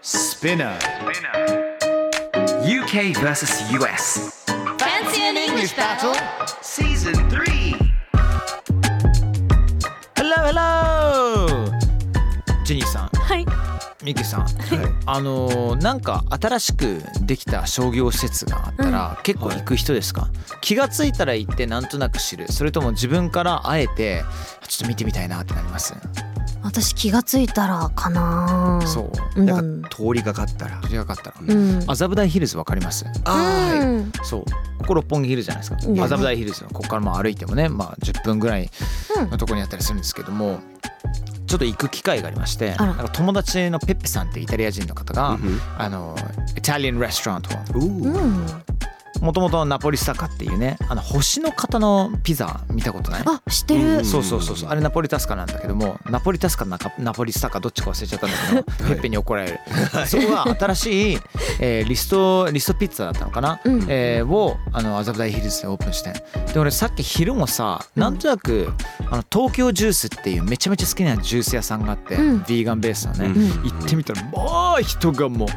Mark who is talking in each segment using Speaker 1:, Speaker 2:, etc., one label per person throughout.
Speaker 1: Spinner.
Speaker 2: UK versus US.
Speaker 3: Fancy an English battle
Speaker 2: Season 3.
Speaker 1: Hello, hello! ジェニーさん、
Speaker 4: はい、
Speaker 1: ミキさん、あのーなんか新しくできた商業施設があったら、結構行く人ですか、気がついたら行ってなんとなく知るそれとも自分からあえてちょっと見てみたいなってなります、
Speaker 4: 私気がついたらかな
Speaker 1: そう
Speaker 4: うん
Speaker 5: なんか通りかかったら
Speaker 1: 知りたかったら
Speaker 4: うん
Speaker 1: 麻布台ヒルズわかります
Speaker 4: う
Speaker 5: あ
Speaker 4: ん
Speaker 1: そうここ六本木ヒルズじゃないです
Speaker 4: い
Speaker 1: か
Speaker 4: や
Speaker 1: 麻布台ヒルズのここからまあ歩いてもね、まあ、10分ぐらいのとこにあったりするんですけども、ちょっと行く機会がありまして
Speaker 4: あ
Speaker 1: な
Speaker 4: ら
Speaker 1: んか友達のペッペさんってイタリア人の方
Speaker 5: あは
Speaker 1: が、
Speaker 5: い
Speaker 1: あのイタリアンレストラント
Speaker 5: う
Speaker 4: うんん
Speaker 5: おー
Speaker 4: うん
Speaker 1: もともとナポリスタカっていうねあの星の型のピザ見たことない
Speaker 4: あ知ってる
Speaker 5: うん
Speaker 1: そうそうそうそうあれナポリタスカなんだけどもナポリタスカなかナポリスタカどっちか忘れちゃったんだけどペッペに怒ら れる、そこが新しい、えーリストリストピッツァだったのかな、
Speaker 4: うん
Speaker 1: えーをあの麻布台ヒルズでオープンしてで俺さっき昼もさなんとなく、あの東京ジュースっていうめちゃめちゃ好きなジュース屋さんがあって、
Speaker 4: うん
Speaker 1: ヴィーガンベースのね、
Speaker 5: うん
Speaker 1: 行ってみたらまあ人がもう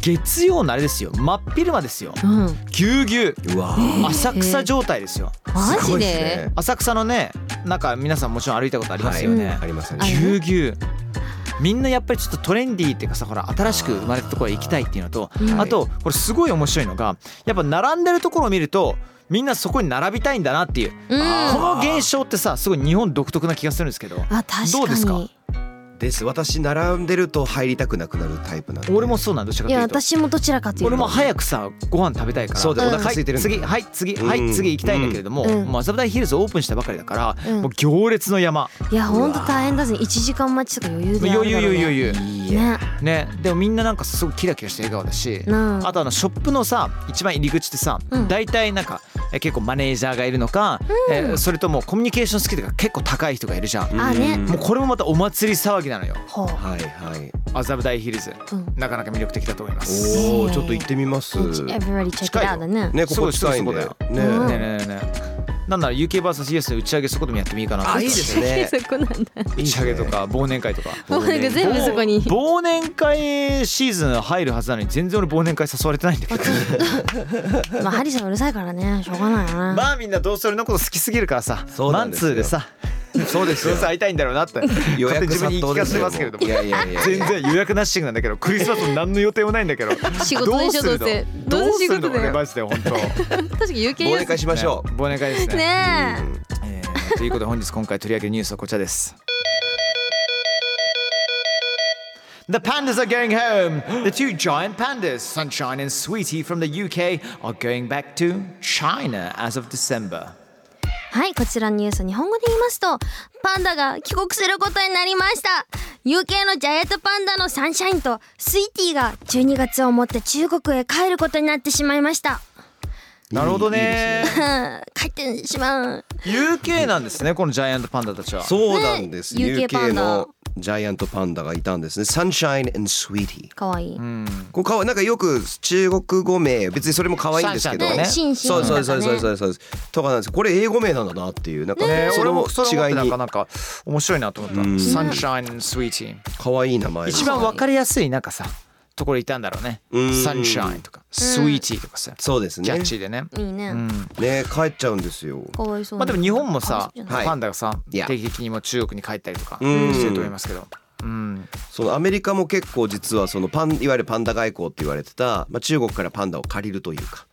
Speaker 1: 月曜のあれですよ真っ昼間ですよ
Speaker 4: うん
Speaker 1: ぎゅうぎゅ
Speaker 5: うわ
Speaker 1: う浅草状態ですよ
Speaker 4: マ
Speaker 5: すご
Speaker 4: ジ
Speaker 5: いっす
Speaker 4: で
Speaker 5: ね
Speaker 1: 浅草のねなんか皆さんもちろん歩いたことありますよ
Speaker 4: はい
Speaker 1: ね、
Speaker 5: あります
Speaker 4: あ
Speaker 5: ね
Speaker 1: ぎゅうぎゅうみんなやっぱりちょっとトレンディーっていうかさほら新しく生まれたところへ行きたいっていうのと
Speaker 4: うん
Speaker 1: あとこれすごい面白いのがやっぱ並んでるところを見るとみんなそこに並びたいんだなっていう
Speaker 4: うん
Speaker 1: こ
Speaker 4: あ
Speaker 1: の現象ってさすごい日本独特な気がするんですけど
Speaker 4: 確かに
Speaker 1: どうですか
Speaker 5: です私並んでると入りたくなくなるタイプなんで
Speaker 1: 俺もそうなんどっちか
Speaker 4: い
Speaker 1: とい
Speaker 4: や
Speaker 1: うと
Speaker 4: 私もどちらかというと
Speaker 1: 俺も早くさご飯食べたいから
Speaker 5: そうだ
Speaker 4: よお
Speaker 1: ん
Speaker 4: 腹
Speaker 5: 空いてるんだ
Speaker 1: はい次はい次は
Speaker 5: う
Speaker 1: い
Speaker 5: ん
Speaker 1: 次行きたいんだけれども
Speaker 4: うん
Speaker 1: もう麻布台ヒルズオープンしたばかりだか
Speaker 4: う
Speaker 1: ら
Speaker 4: ん
Speaker 1: もう行列の山
Speaker 4: いやほんと大変だぜ一時間待ちとか余裕であるだろう
Speaker 1: 余裕余裕
Speaker 4: ね
Speaker 1: 余裕
Speaker 5: いいや
Speaker 4: ね
Speaker 1: ねでもみんななんかすごいキラキラして笑顔だし
Speaker 4: なあ
Speaker 1: あとあのショップのさ一番入り口ってさ、
Speaker 4: うん
Speaker 1: 大体なんかえ結構マネージャーがいるのか、えーそれともコミュニケーションスキルが結構高い人がいるじゃん、
Speaker 4: あね
Speaker 1: もうこれもまたお祭り騒ぎなのよ
Speaker 4: ほう
Speaker 5: はいはい
Speaker 1: 麻布台ヒルズ
Speaker 4: うん
Speaker 1: なかなか魅力的だと思います
Speaker 5: おおちょっと行ってみます
Speaker 4: うん Everybody check it
Speaker 1: 近いよ
Speaker 4: out だ
Speaker 5: ね
Speaker 4: ね
Speaker 5: ここ
Speaker 1: すぐ
Speaker 5: 近いんで
Speaker 1: すぐそこ
Speaker 5: ね
Speaker 4: うん
Speaker 1: ねえねえねえねえなんなら UKVSUS の打ち上げそこでもやってもいいかなと思
Speaker 5: あ
Speaker 1: っ
Speaker 5: いい
Speaker 1: て
Speaker 5: です ね
Speaker 4: そこなんだ
Speaker 1: 打ち上げとか忘年会 とか
Speaker 4: もうなんか全部そこに
Speaker 1: 忘年会シーズン入るはずなのに全然俺忘年会誘われてないんだけど
Speaker 4: まあハリーさんうるさいからねしょうがないよね
Speaker 1: まあみんなどうせ俺のこと好きすぎるからさ
Speaker 5: そう
Speaker 1: マ
Speaker 5: な
Speaker 1: ン
Speaker 5: んで
Speaker 1: ツ
Speaker 5: すよ
Speaker 1: ーでさ
Speaker 5: そうです
Speaker 1: どう
Speaker 5: よ
Speaker 1: せ会いたいんだろうなって
Speaker 5: 予約
Speaker 1: 勝手に自
Speaker 5: 殺到
Speaker 1: 分に言い聞か
Speaker 5: で
Speaker 1: せ
Speaker 5: す
Speaker 1: て
Speaker 5: よ
Speaker 1: ますけれども
Speaker 5: いやいやいや
Speaker 1: 全然予約なしなんだけどクリスマスも何の予定もないんだけど
Speaker 4: 仕事でしょ
Speaker 1: どうするの
Speaker 4: どうせ
Speaker 1: ど
Speaker 4: ど
Speaker 1: う
Speaker 4: うせ
Speaker 1: す
Speaker 4: 仕
Speaker 1: る
Speaker 4: 事
Speaker 1: の
Speaker 4: だよ
Speaker 1: 俺マジで本当
Speaker 4: 確かに有
Speaker 5: 忘年会しましょう
Speaker 1: 忘年会ですね
Speaker 4: ねえ
Speaker 1: えーということで本日今回取り上げるニュースはこちらです The pandas are going home. The two giant pandas, Sunshine and Sweetie from the UK, are going back to China as of December.
Speaker 4: はいこちらのニュースを日本語で言いますとパンダが帰国することになりました UK のジャイアントパンダのサンシャインとスイティが12月をもって中国へ帰ることになってしまいました
Speaker 1: なるほどね。
Speaker 4: うん帰ってしまう
Speaker 1: UK なんですね、このジャイアントパンダたちは。
Speaker 5: そうなんです
Speaker 4: ね UK パ
Speaker 5: UK
Speaker 4: ンダ
Speaker 5: のジャイアントパンダがいたんですね Sunshine and Sweetie
Speaker 4: かわいい、
Speaker 5: こうかわなんかよく中国語名別にそれも可愛いんですけど
Speaker 1: シャンシャ
Speaker 5: ね
Speaker 4: シ
Speaker 1: ンとかね
Speaker 4: ンシン
Speaker 5: そうそうそうそう
Speaker 4: う
Speaker 5: そうそうとかなんですこれ英語名なんだなっていうなんか
Speaker 1: ね
Speaker 5: それ
Speaker 1: 俺
Speaker 5: も
Speaker 1: もそれも
Speaker 5: 違い
Speaker 1: なん
Speaker 5: に
Speaker 1: かなんか面白いなと思った。Sunshine and Sweetie。
Speaker 5: 可愛い名前です
Speaker 1: 一番わかりやすいなんかさところいたんだろうね。
Speaker 5: ん
Speaker 1: Sunshine とか Sweetie とかさ、
Speaker 5: そうです
Speaker 1: キャ
Speaker 5: ね
Speaker 1: ッチーでね。
Speaker 4: いいね、
Speaker 5: ね帰っちゃうんですよ
Speaker 4: かわいそう
Speaker 1: まあでも日本もさ、
Speaker 4: はい
Speaker 1: パンダがさ
Speaker 5: い
Speaker 1: 定
Speaker 5: や
Speaker 1: 期的にもう中国に帰ったりとか
Speaker 5: ん
Speaker 1: してると思いますけど。うん。
Speaker 5: そのアメリカも結構実はそのパンいわゆるパンダ外交って言われてた、まあ、中国からパンダを借りるというか、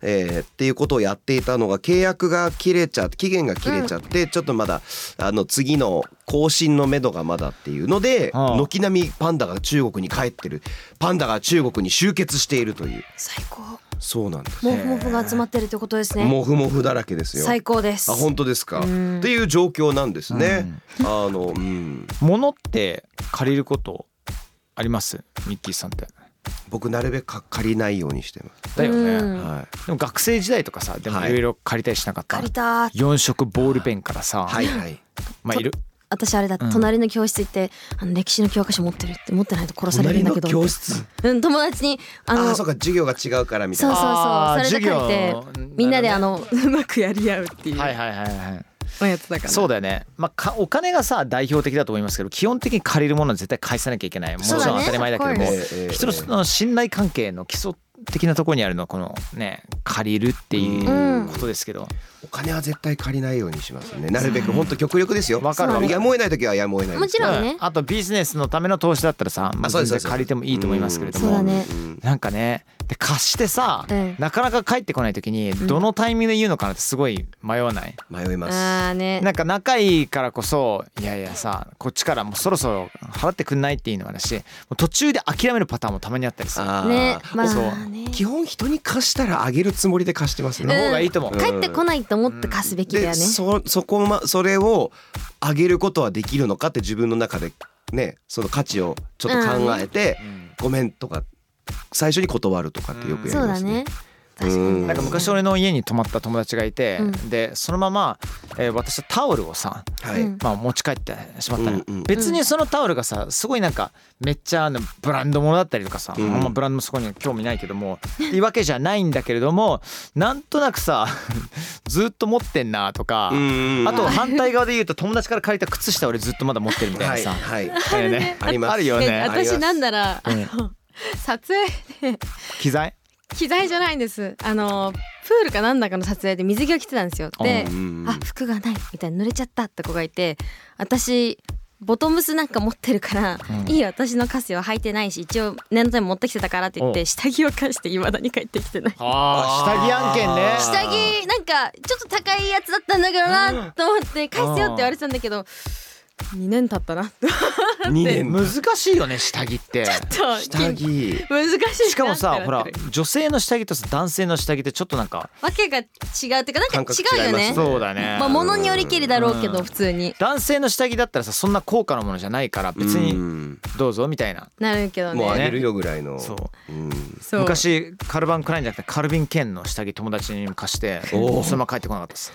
Speaker 5: えーっていうことをやっていたのが契約が切れちゃって期限が切れちゃって、ちょっとまだあの次の更新のめどがまだっていうので
Speaker 1: ああ
Speaker 5: 軒並みパンダが中国に帰ってるパンダが中国に集結しているという
Speaker 4: 最高
Speaker 5: そうなんです
Speaker 4: モフモフが集まってるってことですね
Speaker 5: モフモフだらけですよ。
Speaker 4: 最高です
Speaker 5: あ本当ですかっていう状況なんですね。あのうん
Speaker 1: 物って借りることあります？ミッキーさんって。
Speaker 5: 僕なるべくか借りないようにしてま
Speaker 1: だよね、
Speaker 4: うん
Speaker 5: す。はい。
Speaker 1: でも学生時代とかさでも
Speaker 5: はい
Speaker 1: いろいろ借りたりしなかった、
Speaker 4: 借りたー
Speaker 1: 4色ボールペンからさ、
Speaker 5: はいはい。
Speaker 1: まあいる
Speaker 4: 私あれだ、
Speaker 1: うん
Speaker 4: 隣の教室行ってあの歴史の教科書持ってるって持ってないと殺される
Speaker 5: 隣
Speaker 4: んだ
Speaker 5: の
Speaker 4: けど
Speaker 5: 教室。
Speaker 4: うん、友達にあの
Speaker 5: ああ、そうか授業が違うからみたい
Speaker 4: そう
Speaker 5: な。
Speaker 1: あー
Speaker 4: そうそうそれで借りて
Speaker 1: 授業
Speaker 4: みんなで
Speaker 1: な
Speaker 4: あ
Speaker 1: る
Speaker 4: の うまくやり合うっていう
Speaker 1: はいはいはいはい
Speaker 4: のやつだから
Speaker 1: そうだよね、まあ、かお金がさ代表的だと思いますけど基本的に借りるものは絶対返さなきゃいけないもち
Speaker 4: そ
Speaker 1: ろ
Speaker 4: うんだね
Speaker 1: 当たり前だけども、
Speaker 4: of
Speaker 5: ええ
Speaker 1: 人のその信頼関係の基礎的なところにあるのはこのね借りるっていううんことですけど、
Speaker 5: お金は絶対借りないようにしますね。なるべく本当極力ですよ。
Speaker 1: わかるわ
Speaker 5: やむを得ない時はやむを得ないです。
Speaker 4: もちろんね
Speaker 1: うんあとビジネスのための投資だったらさ、まあ、
Speaker 5: あそう
Speaker 1: 全
Speaker 5: です
Speaker 1: 然借りてもいいと思いますけれど
Speaker 4: そうだ
Speaker 1: も、
Speaker 4: ね
Speaker 5: うん
Speaker 1: なんかねで貸してさ、
Speaker 4: うん
Speaker 1: なかなか返ってこない時に
Speaker 4: ん
Speaker 1: どのタイミングで言うのかなってすごい迷わない、
Speaker 5: 迷います。
Speaker 4: あーね
Speaker 1: なんか仲いいからこそいやいやさこっちからもうそろそろ払ってくんないっていうのもあるしもう途中で諦めるパターンもたまにあったりする
Speaker 5: あー
Speaker 4: ねま
Speaker 1: そう
Speaker 4: あね
Speaker 5: 基本人に貸したらあげるつもりで貸してます
Speaker 1: の
Speaker 5: ね。
Speaker 1: 方がいいと思う、
Speaker 5: うん
Speaker 4: 帰ってこないと思って貸すべきだよ
Speaker 5: で、
Speaker 4: ね、
Speaker 5: そそこまそれをあげることはできるのかって自分の中でね、その価値をちょっと考えて、ごめんとか最初に断るとかってよくやり
Speaker 4: そう
Speaker 5: ま
Speaker 4: だ
Speaker 5: すね
Speaker 4: ね。確かに
Speaker 5: うん
Speaker 1: なんか昔俺の家に泊まった友達がいて、
Speaker 4: うん
Speaker 1: でそのまま、えー私はタオルをさ、
Speaker 5: はい。
Speaker 4: うん
Speaker 1: まあ、持ち帰ってしまったのよ、
Speaker 5: うんうん
Speaker 1: 別にそのタオルがさすごいなんかめっちゃあのブランドものだったりとかさ、
Speaker 5: うん
Speaker 1: あんまブランドもそこには興味ないけどもっていうわけじゃないんだけれどもなんとなくさ ずっと持ってんなとか、
Speaker 5: うん
Speaker 1: あと反対側で言うと友達から借りた靴下俺ずっとまだ持ってるみたいな
Speaker 5: はい
Speaker 1: さ、
Speaker 5: はい。
Speaker 1: あるね
Speaker 5: あります
Speaker 1: あるよね
Speaker 4: え
Speaker 5: ありま
Speaker 4: 私
Speaker 5: す
Speaker 4: なんなら、
Speaker 1: うん
Speaker 4: あの 撮影で
Speaker 1: 機材
Speaker 4: 機材じゃないんですあのプールかなんだかの撮影で水着を着てたんですよで
Speaker 5: う、ん
Speaker 4: あ服がないみたいな濡れちゃったって子がいて私ボトムスなんか持ってるから、
Speaker 1: うん
Speaker 4: いいよ私のカスよ履いてないし一応念のため持ってきてたからって言っ
Speaker 1: お
Speaker 4: て下着を貸していまだに帰ってきてない
Speaker 1: あー下着案件ね
Speaker 4: 下着なんかちょっと高いやつだったんだけどなと思って返すよって言われてたんだけど2年経ったな って
Speaker 5: 二年
Speaker 1: 難しいよね下着って
Speaker 5: 下着。
Speaker 4: 難しいなって
Speaker 1: しかも
Speaker 4: なっ
Speaker 1: さ
Speaker 4: てる
Speaker 1: ほら女性の下着とさ男性の下着ってちょっとなんか
Speaker 4: わけが違うっていうかなん
Speaker 5: 感
Speaker 4: か
Speaker 5: 覚
Speaker 4: 違う
Speaker 5: 違
Speaker 4: よ
Speaker 5: い
Speaker 4: ね
Speaker 5: ますね
Speaker 1: そうだね
Speaker 4: まあ物によりけりだろうけ
Speaker 1: う
Speaker 4: ど
Speaker 1: ん
Speaker 4: 普通に
Speaker 1: 男性の下着だったらさそんな高価なものじゃないから別
Speaker 5: う
Speaker 1: に
Speaker 5: ん
Speaker 1: どうぞみたいな、
Speaker 4: なるけど
Speaker 5: もうあ
Speaker 4: ね
Speaker 5: げるよぐらいの。
Speaker 1: そう
Speaker 5: うん。
Speaker 4: そう
Speaker 1: 昔カルバン・クラインじゃなくてカルビン・ケンの下着友達に貸してそ
Speaker 5: お
Speaker 1: の
Speaker 5: ー
Speaker 1: まま帰ってこなかったです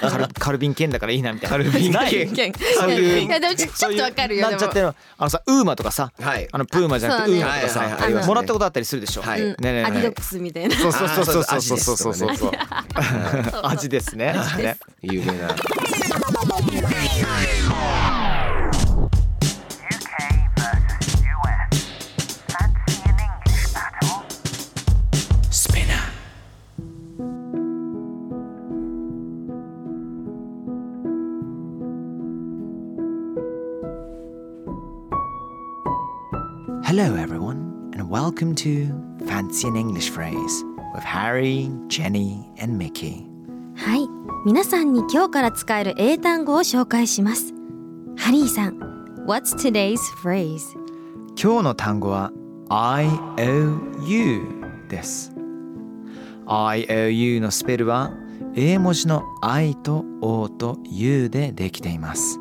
Speaker 1: カルカルビン・ケンだからいいなみたいなカル
Speaker 5: ビンケン
Speaker 4: 意見
Speaker 1: そういう
Speaker 4: いやでもちょちょっとわかるよ
Speaker 1: な
Speaker 4: で
Speaker 1: っちゃっ
Speaker 4: も
Speaker 1: てるのあのさウーマとかさ
Speaker 5: はい。
Speaker 1: あのプーマじゃなくてウ
Speaker 4: そう
Speaker 1: ー
Speaker 4: だね
Speaker 1: マとかさ、
Speaker 5: はいはい
Speaker 4: はいありますね
Speaker 1: もらったことあったりするでしょ、
Speaker 5: は
Speaker 4: う
Speaker 5: い
Speaker 4: ん
Speaker 1: ねえねえねえ
Speaker 4: アディドックスみたいな
Speaker 1: そうそうそうそう
Speaker 5: あー
Speaker 1: そうそうそうそうそう味ですね味ね
Speaker 5: 有名な。
Speaker 2: UK versus US. Fancy an English battle?
Speaker 1: スピナー
Speaker 4: はい皆さんに今日から使える英単語を紹介しますハリーさん What's today's phrase?
Speaker 1: 今日の単語は IOU です。IOU のスペルは英文字の I と O と U でできています。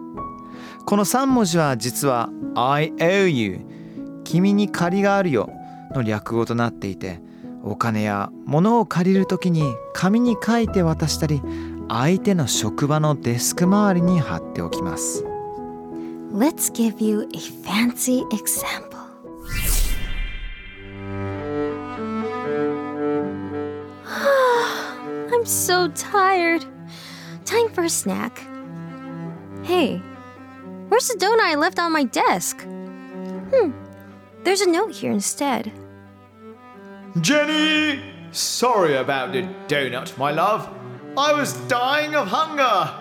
Speaker 1: この3文字は実は IOU 君に借りがあるよの略語となっていてお金や物を借りるときに紙に書いて渡したり相手の職場のデスク周りに貼っておきます。
Speaker 4: Let's give you a fancy example はあ I'm so tired Time for a snack Hey Where's the donut I left on my desk? Hmm There's a note here instead
Speaker 1: Jenny! Sorry about the donut, my love. I was dying of hunger.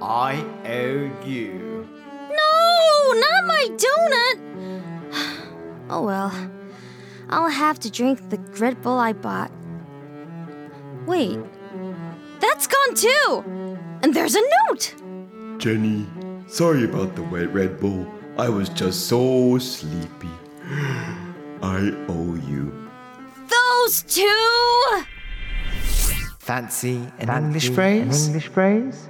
Speaker 1: I owe you.
Speaker 4: No, Oh, not my donut. Oh well. I'll have to drink the Red Bull I bought. Wait. That's gone too. And there's a note.
Speaker 6: Jenny, sorry about the wet Red Bull. I was just so sleepy. I owe you.
Speaker 4: Those two.
Speaker 1: Fancy an English phrase? English phrase?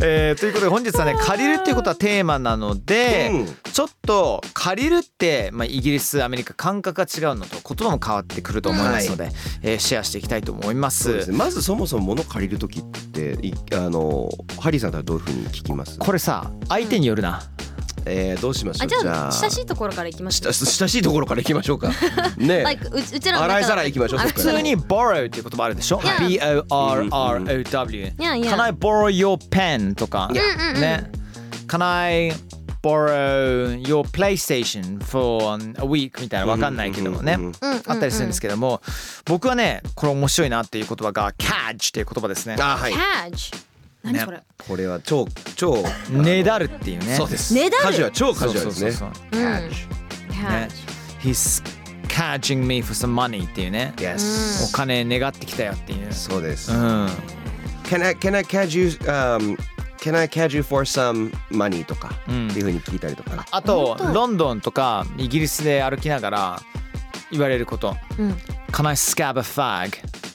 Speaker 5: 今
Speaker 1: えーということで本日はね借りるっていうことはテーマなので、
Speaker 5: うん
Speaker 1: ちょっと借りるって、まあ、イギリスアメリカ感覚が違うのと言葉も変わってくると思いますので、えーシェアしていきたいと思いま
Speaker 5: そうですすねまずそもそも物借りる時っていあのハリーさんとはどういうふうに聞きます
Speaker 1: これさ相手によるな、
Speaker 5: えー、どうしましょ
Speaker 4: あ
Speaker 5: う
Speaker 4: じゃあ親しいところからいきましょ
Speaker 5: 親
Speaker 4: う
Speaker 5: し親しいところからいきましょ うかね
Speaker 4: まあううちらの中だから
Speaker 5: 洗いざらいいきましょう
Speaker 4: あ
Speaker 5: そっ
Speaker 1: 普
Speaker 5: から
Speaker 1: 通に borrow っていう言葉あるでしょ、
Speaker 4: や
Speaker 1: BORROW、
Speaker 4: いやいや
Speaker 1: Can I borrow your pen とか、
Speaker 4: うんうんうん
Speaker 1: ね Can I borrow your PlayStation for a week みたいなわかんないけどもね、
Speaker 5: うんうんうん
Speaker 4: うんうんうん
Speaker 1: あったりするんですけども、僕はねこれ面白いなっていう言葉が catch っていう言葉ですね
Speaker 5: あはい
Speaker 4: キャッチ何それ
Speaker 5: これは超超
Speaker 1: ねだるっていうね
Speaker 5: そうです
Speaker 4: ねだる
Speaker 5: カジュアル超カジュアル
Speaker 1: そう
Speaker 5: ですね
Speaker 1: そうそうそう
Speaker 4: うん
Speaker 5: Catch
Speaker 4: キャッ
Speaker 1: ね
Speaker 4: チ
Speaker 1: He's catching me for some money っていうね
Speaker 5: Yes
Speaker 1: お金願ってきたよっていう
Speaker 5: そうです、
Speaker 1: うん
Speaker 5: Can I can I catch you um Can I catch you for some money とか、
Speaker 1: うん
Speaker 5: っていうふうに聞いたりとか
Speaker 1: あ
Speaker 4: 本
Speaker 1: と
Speaker 4: 当
Speaker 1: ロンドンとかイギリスで歩きながら言われること
Speaker 4: うん
Speaker 1: Can I scab a fag?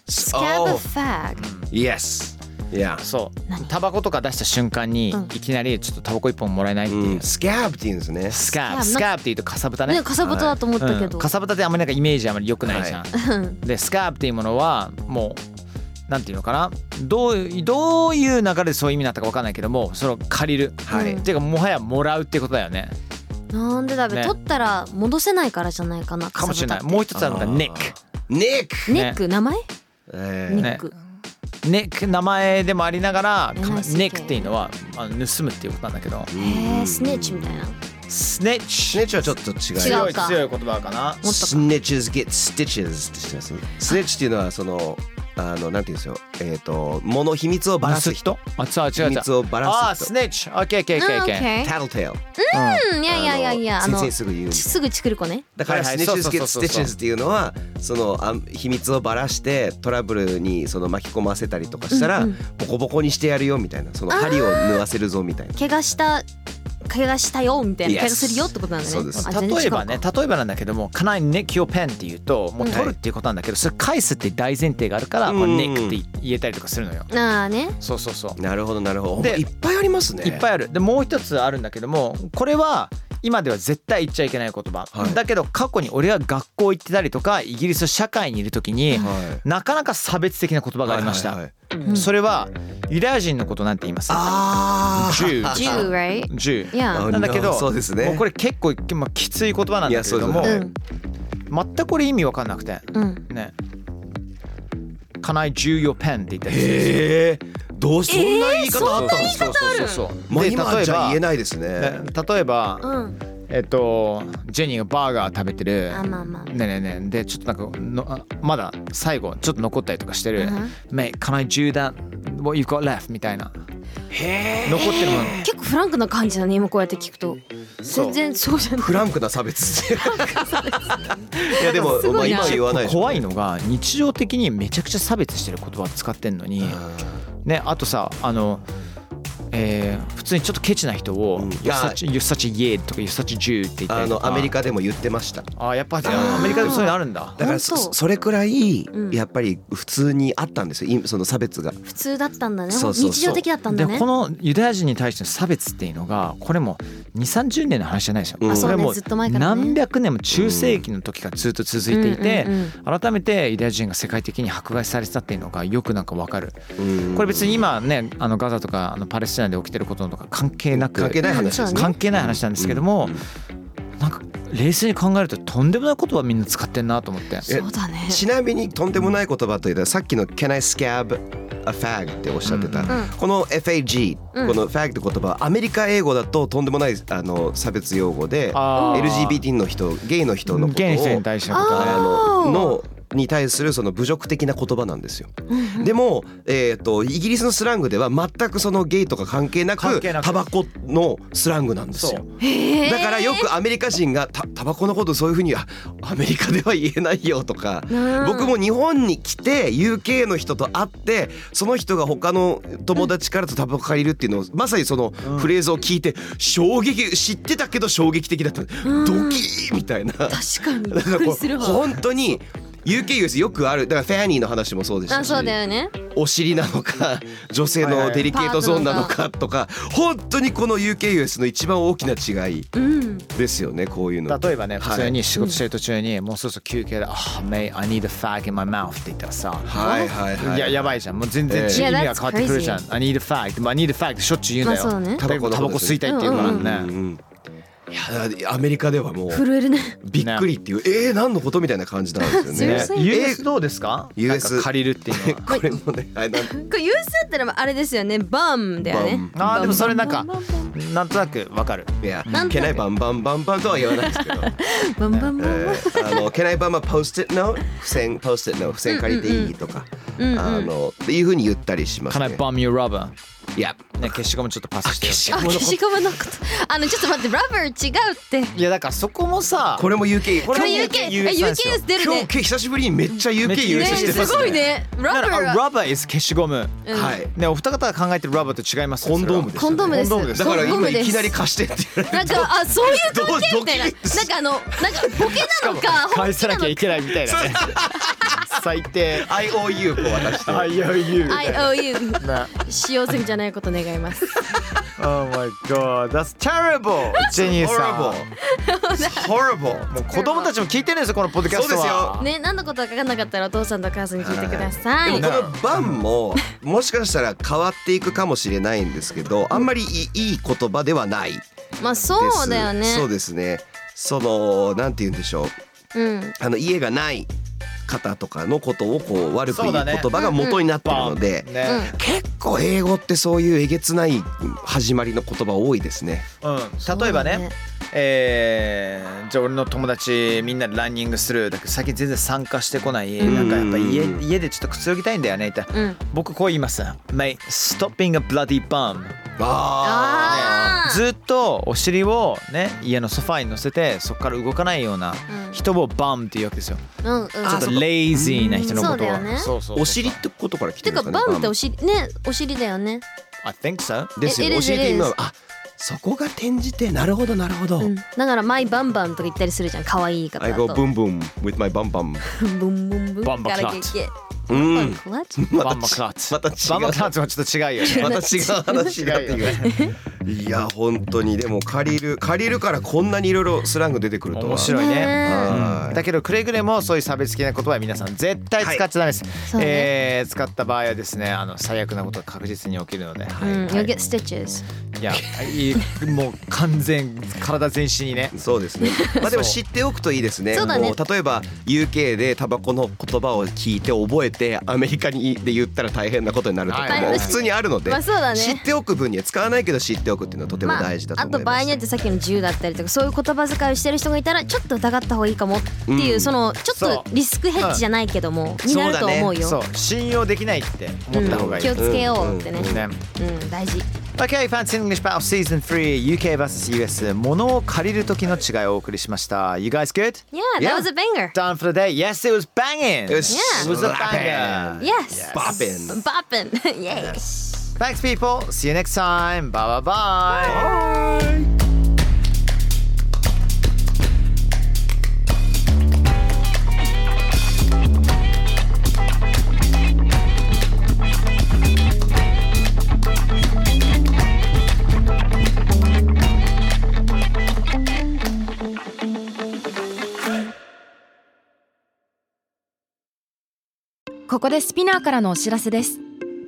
Speaker 4: スキャブファグ
Speaker 5: Yes Yeah
Speaker 1: そうタバコとか出した瞬間にいきなりちょっとタバコ一本もらえないって
Speaker 5: う
Speaker 1: い
Speaker 5: ん
Speaker 1: う
Speaker 5: スキャブって言うんですね
Speaker 1: Scab
Speaker 4: Scab
Speaker 1: スカーブって言うとかさぶたね
Speaker 4: ねかさぶただと思ったけ
Speaker 1: う
Speaker 4: ど
Speaker 1: ん、かさぶたってあんまりなんかイメージあんまり良くないじゃん、
Speaker 4: うん
Speaker 1: でスカーブっていうものはもうなんていうのかなどういうどういう流れでそういう意味になったか分かんないけどもその借りる、
Speaker 5: はい
Speaker 1: っていうかもはやもらうってことだよね
Speaker 4: なんでだべ
Speaker 1: ね
Speaker 4: 取ったら戻せないからじゃないかな
Speaker 1: かもしれない
Speaker 4: かさぶたって
Speaker 1: もう一つあるのが
Speaker 5: あー
Speaker 1: ネック
Speaker 5: Nick
Speaker 1: ね
Speaker 4: ネック名前
Speaker 5: えー
Speaker 4: ネック
Speaker 1: ネック名前でもありながら
Speaker 4: NICK
Speaker 1: ネックっていうのはあの盗むっていうことなんだけど
Speaker 4: へえスネッチみたいな
Speaker 1: スネッ
Speaker 5: ス
Speaker 1: チ
Speaker 5: ネッチはちょっと違う
Speaker 4: 違
Speaker 1: 強
Speaker 4: う
Speaker 1: い
Speaker 4: か
Speaker 1: 強い言葉かな
Speaker 4: もっとか
Speaker 5: Snitches get stitches ってしてますスネッチっていうのはそのあのなんていうんですよえっ、と物秘密をばらす人
Speaker 1: あ違う違う違う
Speaker 5: 秘密をばらす人
Speaker 1: あースネッチオッケーオッケーオッケーオッケー
Speaker 5: Tattletale
Speaker 4: うんいやいやいやいやあ
Speaker 5: あの
Speaker 4: の
Speaker 5: 先生すぐ言うんです
Speaker 4: すぐチクる子ね
Speaker 5: だから、
Speaker 1: はいはい
Speaker 5: snitches
Speaker 1: そ
Speaker 5: get
Speaker 1: うそうそうそう
Speaker 5: stitches っていうのはそのあ秘密をばらしてトラブルにその巻き込ませたりとかしたら、ボコボコにしてやるよみたいなその針を縫わせるぞみたいな。
Speaker 4: 怪我した怪我したよみたいな
Speaker 5: Yes
Speaker 4: 怪我するよってことなんだね
Speaker 5: そうです
Speaker 4: あ全然違
Speaker 1: 例
Speaker 4: う
Speaker 1: え
Speaker 4: か
Speaker 1: ばね例えばなんだけども「Can I nick your pen」って言うともう取るっていうことなんだけどそれ返すって大前提があるから「まあ
Speaker 5: うん
Speaker 1: nick」って言えたりとかするのよ
Speaker 4: なあね
Speaker 1: そうそうそう
Speaker 5: なるほどなるほど。
Speaker 1: で
Speaker 5: でいっぱいありますね。
Speaker 1: いっぱいあるでもう一つあるんだけどもこれは今では絶対言っちゃいけない言葉、
Speaker 5: はい
Speaker 1: だけど過去に俺が学校行ってたりとかイギリス社会にいる時に、
Speaker 5: は
Speaker 1: なかなか差別的な言葉がありました、
Speaker 5: はいはいはい
Speaker 1: それはユダヤ人のことなんて言います
Speaker 5: ああ。
Speaker 1: Jew
Speaker 4: Jew right
Speaker 1: Jew
Speaker 4: いや
Speaker 5: あ
Speaker 1: なんだけど、
Speaker 5: No そうですね
Speaker 1: もうこれ結構まあきつい言葉なんだけれども、
Speaker 5: いやそううで
Speaker 4: ん
Speaker 1: 全くこれ意味わかんなくて、
Speaker 4: うん
Speaker 1: ね。Can I jew your pen って言ったりする。
Speaker 5: ええどうそんな言い方あったの？
Speaker 1: そうそうそうそう。
Speaker 5: まあ
Speaker 1: で
Speaker 5: 今はじゃあ言え
Speaker 1: 例
Speaker 5: ないですね。
Speaker 1: えば、例えば、
Speaker 4: うん
Speaker 1: えっとジェニーがバーガー食べてる。
Speaker 4: あまあまあ
Speaker 1: ねえねえねえでちょっとなんかのあまだ最後ちょっと残ったりとかして
Speaker 4: う
Speaker 1: る
Speaker 4: ん
Speaker 1: 「Mate can I jew that what you've got left」みたいな残ってるもの
Speaker 4: 結構フランクな感じだね今こうやって聞くと全然そうじゃない
Speaker 5: フランクな差別。 いやでも
Speaker 4: す
Speaker 5: ま
Speaker 4: ご
Speaker 5: あ
Speaker 4: いな
Speaker 5: 今は言わないでしょ。
Speaker 1: 怖いのが日常的にめちゃくちゃ差別してる言葉使ってんのに、ね、あとさあの、えー普通にちょっとケチな人を
Speaker 5: うん
Speaker 1: 「You're such you're such a ye」とか「You're such a Jew」って言った
Speaker 5: あ
Speaker 1: りと
Speaker 5: の
Speaker 1: か
Speaker 5: アメリカでも言ってました。
Speaker 1: あーやっぱアメリカでもそういうのあるんだ
Speaker 5: だから
Speaker 4: 本当
Speaker 5: そそれくらい
Speaker 4: うん
Speaker 5: やっぱり普通にあったんですよ。いその差別が。
Speaker 4: 普通だったんだね
Speaker 5: そうそうそう
Speaker 4: 日常的だったんだ
Speaker 1: で
Speaker 4: ね
Speaker 1: このユダヤ人に対しての差別っていうのがこれも2 3 0年の話じゃないですよ、
Speaker 5: うんあ
Speaker 1: こ
Speaker 5: そう
Speaker 4: ね
Speaker 1: れも
Speaker 4: ずっと前からね
Speaker 1: 何百年も中世紀の時からずっと続いていて、
Speaker 4: うんうん
Speaker 1: 改めてユダヤ人が世界的に迫害されてたっていうのがよくなんかわかる
Speaker 5: うん
Speaker 1: これ別に今ねあのガザとかあのパレスチナで起きてることとか関係なく
Speaker 5: 関係ない話です
Speaker 4: うんそうだね
Speaker 5: ね。
Speaker 1: 関係ない話なんですけども、なんか冷静に考えるととんでもない言葉みんな使ってんなと思って
Speaker 5: え
Speaker 4: そうだね
Speaker 5: ちなみにとんでもない言葉というとさっきの「Can I scab a fag」っておっしゃってた、この FAG、
Speaker 4: うん
Speaker 5: この fag って言葉はアメリカ英語だととんでもないあの差別用語で
Speaker 1: あー
Speaker 5: LGBT の人ゲイの人のことを
Speaker 1: ゲイの人に対してのこと
Speaker 5: あ
Speaker 1: ね
Speaker 5: ののに対するその侮辱的な言葉なんですよ。でも、えー、とイギリスのスラングでは全くそのゲイとか関係な
Speaker 1: 関
Speaker 5: く
Speaker 1: 係なく
Speaker 5: タバコのスラングなんですよ。だからよくアメリカ人がたタバコのことそういうふうにあアメリカでは言えないよとか
Speaker 4: うん
Speaker 5: 僕も日本に来て UK の人と会ってその人が他の友達からとタバコ借りるっていうのをまさにそのフレーズを聞いて衝撃知ってたけど衝撃的だったドキーみたいな。
Speaker 4: 確かにび
Speaker 5: だ
Speaker 4: っ
Speaker 5: から
Speaker 4: く
Speaker 5: こ
Speaker 4: り
Speaker 5: う
Speaker 4: するわ
Speaker 5: 本当に UKUS よくあるだからファニーの話もそうでし
Speaker 4: あ
Speaker 5: たし
Speaker 4: そうだよね
Speaker 5: お尻なの か女性のデリケートゾーンなのかとか本当にこの UKUS の一番大きな違い
Speaker 4: うん
Speaker 5: ですよねこういうのって
Speaker 1: 例えばね
Speaker 5: はい
Speaker 1: 普通に仕事してる途中にもうそろそろ休憩で「あ、h May I need a fag in my mouth」って言ったらさ、
Speaker 5: はいはいはい
Speaker 1: いややばいじゃんもう全
Speaker 5: え
Speaker 1: 然
Speaker 5: え
Speaker 1: 意味が変わってくるじゃん「I need a fag」でも「I need a fag」ってしょっちゅう言うんだよ、
Speaker 4: まあそうね
Speaker 1: タバコタバコ吸いたいって言うからね、
Speaker 5: うんうんいやアメリカではもう
Speaker 4: 震えるね
Speaker 5: びっくりっていう、えー、何のことみたいな感じなんですよね
Speaker 1: ね
Speaker 4: Seriously？
Speaker 5: え
Speaker 1: US どうですか
Speaker 5: US
Speaker 1: なんか借りるっていう のは
Speaker 5: これもねあれなんか
Speaker 4: これユースってのもあれですよねバンだよね
Speaker 1: あーでもそれなんかなんとなくわかる
Speaker 5: いや
Speaker 4: な
Speaker 5: 「
Speaker 4: んと
Speaker 5: Can
Speaker 4: な
Speaker 5: I バンバンバンバン」とは言わないですけど
Speaker 4: バンバンバン
Speaker 5: えーあの Can I buy my post-it note? 付箋 post-it note 付箋借りていいとか、あのっていう風に言ったりし
Speaker 1: 「
Speaker 5: ます
Speaker 1: Can I
Speaker 5: ね。
Speaker 1: bomb your rubber?」
Speaker 5: いや、
Speaker 1: ね消しゴムちょっとパスして
Speaker 5: 消し
Speaker 1: よ
Speaker 5: ゴ
Speaker 4: あ
Speaker 5: ムの
Speaker 4: 消しゴムのことあのちょっと待ってラバー違うって
Speaker 1: いやだからそこもさ
Speaker 5: これも UK こ
Speaker 4: こ
Speaker 5: れも
Speaker 4: れ
Speaker 1: UK
Speaker 4: UK え UKS 出る
Speaker 5: 今
Speaker 4: ね
Speaker 5: 日久しぶりにめっちゃ
Speaker 1: め
Speaker 5: UK
Speaker 1: っちゃ
Speaker 5: 優
Speaker 4: ね
Speaker 5: 勝してますす
Speaker 4: ごい
Speaker 5: ね。
Speaker 4: ねラ
Speaker 1: だ
Speaker 4: バ
Speaker 1: から
Speaker 4: ー
Speaker 1: あ
Speaker 4: は
Speaker 1: rubber is 消しゴム、
Speaker 4: うん
Speaker 5: はい。
Speaker 1: ねお二方が考えてる rubber と違いますよ
Speaker 5: コンドーム
Speaker 1: それ
Speaker 5: ですよ
Speaker 4: コ
Speaker 1: は
Speaker 4: ンドーム
Speaker 5: ね。
Speaker 4: です
Speaker 1: コンドームです
Speaker 5: だから
Speaker 4: コン
Speaker 5: 今
Speaker 4: ドームで
Speaker 5: い
Speaker 4: す
Speaker 5: きなり貸してって言われ
Speaker 4: なんかあそういう関係
Speaker 5: どう
Speaker 4: みたいな
Speaker 5: ドキリ
Speaker 4: なんかあのなんかボケなのか本気
Speaker 1: 返さ
Speaker 4: な
Speaker 1: な
Speaker 4: の
Speaker 1: きゃいけないみたいなね最低
Speaker 5: て IOU こう渡して。
Speaker 1: I owe you
Speaker 4: IOU
Speaker 1: な
Speaker 4: 使用済みじゃないこと願います
Speaker 1: Oh my god that's terrible ジェニーさん
Speaker 5: horrible。horrible。
Speaker 1: もう子供たちも聞いてるんですよこのポッドキャストは
Speaker 4: ね何のことか分かんなかったらお父さんとお母さんに聞いてくださ
Speaker 5: で
Speaker 4: い
Speaker 5: もこのバンももしかしたら変わっていくかもしれないんですけどあんまりいいいい言葉ではないです
Speaker 4: まあそうだよね
Speaker 5: そうですねそのなんて言うんでしょう
Speaker 4: うん
Speaker 5: あの家がない方とかのことをこう悪く言う
Speaker 1: そ
Speaker 5: 言
Speaker 1: うだね
Speaker 5: 葉が元になってる
Speaker 1: バ
Speaker 5: の
Speaker 1: ン
Speaker 5: で、
Speaker 1: ね
Speaker 5: 結構英語ってそういうえげつない始まりの言葉多いですね。
Speaker 1: うん例えばね
Speaker 4: そうだね
Speaker 1: えーじゃあ俺の友達みんなでランニングするだけど最近全然参加してこない
Speaker 5: ん
Speaker 1: なんかやっぱ家家でちょっとくつろぎたいんだよねって
Speaker 4: うん
Speaker 1: 僕こう言います Mate stopping a bloody bum
Speaker 5: あ
Speaker 4: あー
Speaker 1: ずっとお尻をね家のソファに乗せてそこから動かないような
Speaker 4: うん
Speaker 1: 人をバンっていうわけですよ
Speaker 4: うんうん
Speaker 1: ちょっとレイジーな人のこ
Speaker 4: う
Speaker 1: と
Speaker 4: んそうだよ
Speaker 1: を
Speaker 4: ね
Speaker 1: そうそうそう
Speaker 5: お尻ってことから来て
Speaker 4: て
Speaker 5: るんで
Speaker 4: か
Speaker 5: すかね。
Speaker 4: バンってお
Speaker 5: 尻
Speaker 4: 尻ねお尻だよね
Speaker 1: あ think so
Speaker 5: ですよ。
Speaker 4: It
Speaker 5: お
Speaker 4: is,
Speaker 5: 尻って今
Speaker 4: it is
Speaker 5: あそこが転じてなるほどなるほど。
Speaker 4: うんだからマイバンバンとか言ったりするじゃん可愛い言い方
Speaker 5: I
Speaker 4: だ
Speaker 5: go
Speaker 4: と
Speaker 5: boom boom with my bum bum。
Speaker 4: ブンブンブンブン
Speaker 1: バンバ
Speaker 4: ガ
Speaker 1: クラ
Speaker 4: ラ
Speaker 1: ッ
Speaker 4: ケ
Speaker 1: チ
Speaker 4: ー
Speaker 5: う
Speaker 4: バン
Speaker 5: ん。
Speaker 4: クラッチ
Speaker 1: バンバクラッツ
Speaker 5: また違う
Speaker 1: バンバクラッツはちょっと違うよね
Speaker 5: また違う話だっていう。いや本当にでも借りる借りるからこんなにいろいろスラング出てくるとは。
Speaker 1: 面白いね
Speaker 4: ね
Speaker 5: はい
Speaker 1: だけどくれぐれもそういう差別的な言葉は皆さん絶対使っちゃダメです、
Speaker 4: はい
Speaker 1: えー使った場合はですねあの最悪なことが確実に起きるので、
Speaker 4: うん You
Speaker 1: い
Speaker 4: get stitches
Speaker 1: いやいいもう完全体全身にね
Speaker 5: そうです ね。まあでも知っておくといいですね。
Speaker 4: そうだね
Speaker 5: もう例えば UK でタバコの言葉を聞いて覚えてアメリカにで言ったら大変なことになるとか
Speaker 1: はい
Speaker 5: もう普通にあるので、
Speaker 4: まあそうだね
Speaker 5: 知っておく分には使わないけど知っておくっていうのはとても大事だと
Speaker 4: あ
Speaker 5: 思
Speaker 4: と
Speaker 5: い
Speaker 4: 場
Speaker 5: ま
Speaker 4: 合
Speaker 5: す。
Speaker 4: によってさっきの銃だったりとかそういう言葉遣いをしてる人がいたらちょっと疑った方がいいかもっていう、
Speaker 5: うん
Speaker 4: そのちょっとリスクヘッジじゃないけども、
Speaker 5: ん
Speaker 4: になると思うよ
Speaker 1: そう信用できないって思った方がいい、
Speaker 4: 気をつけようってね、
Speaker 1: ね
Speaker 4: うん、大事
Speaker 1: Okay, Fancy English Battle Season 3 UK vs US 物を借りる時の違いをお送りしました You guys good?
Speaker 4: Yeah, that was a banger
Speaker 1: Done for the day? Yes, it was banging!
Speaker 5: It was
Speaker 4: Yeah.
Speaker 1: It was a
Speaker 5: slapping.
Speaker 1: banger!
Speaker 4: Yes
Speaker 5: Bopping.
Speaker 4: Bopping Yay
Speaker 1: Thanks people! See you next time! Bye bye bye!
Speaker 3: ここでスピナーからのお知らせです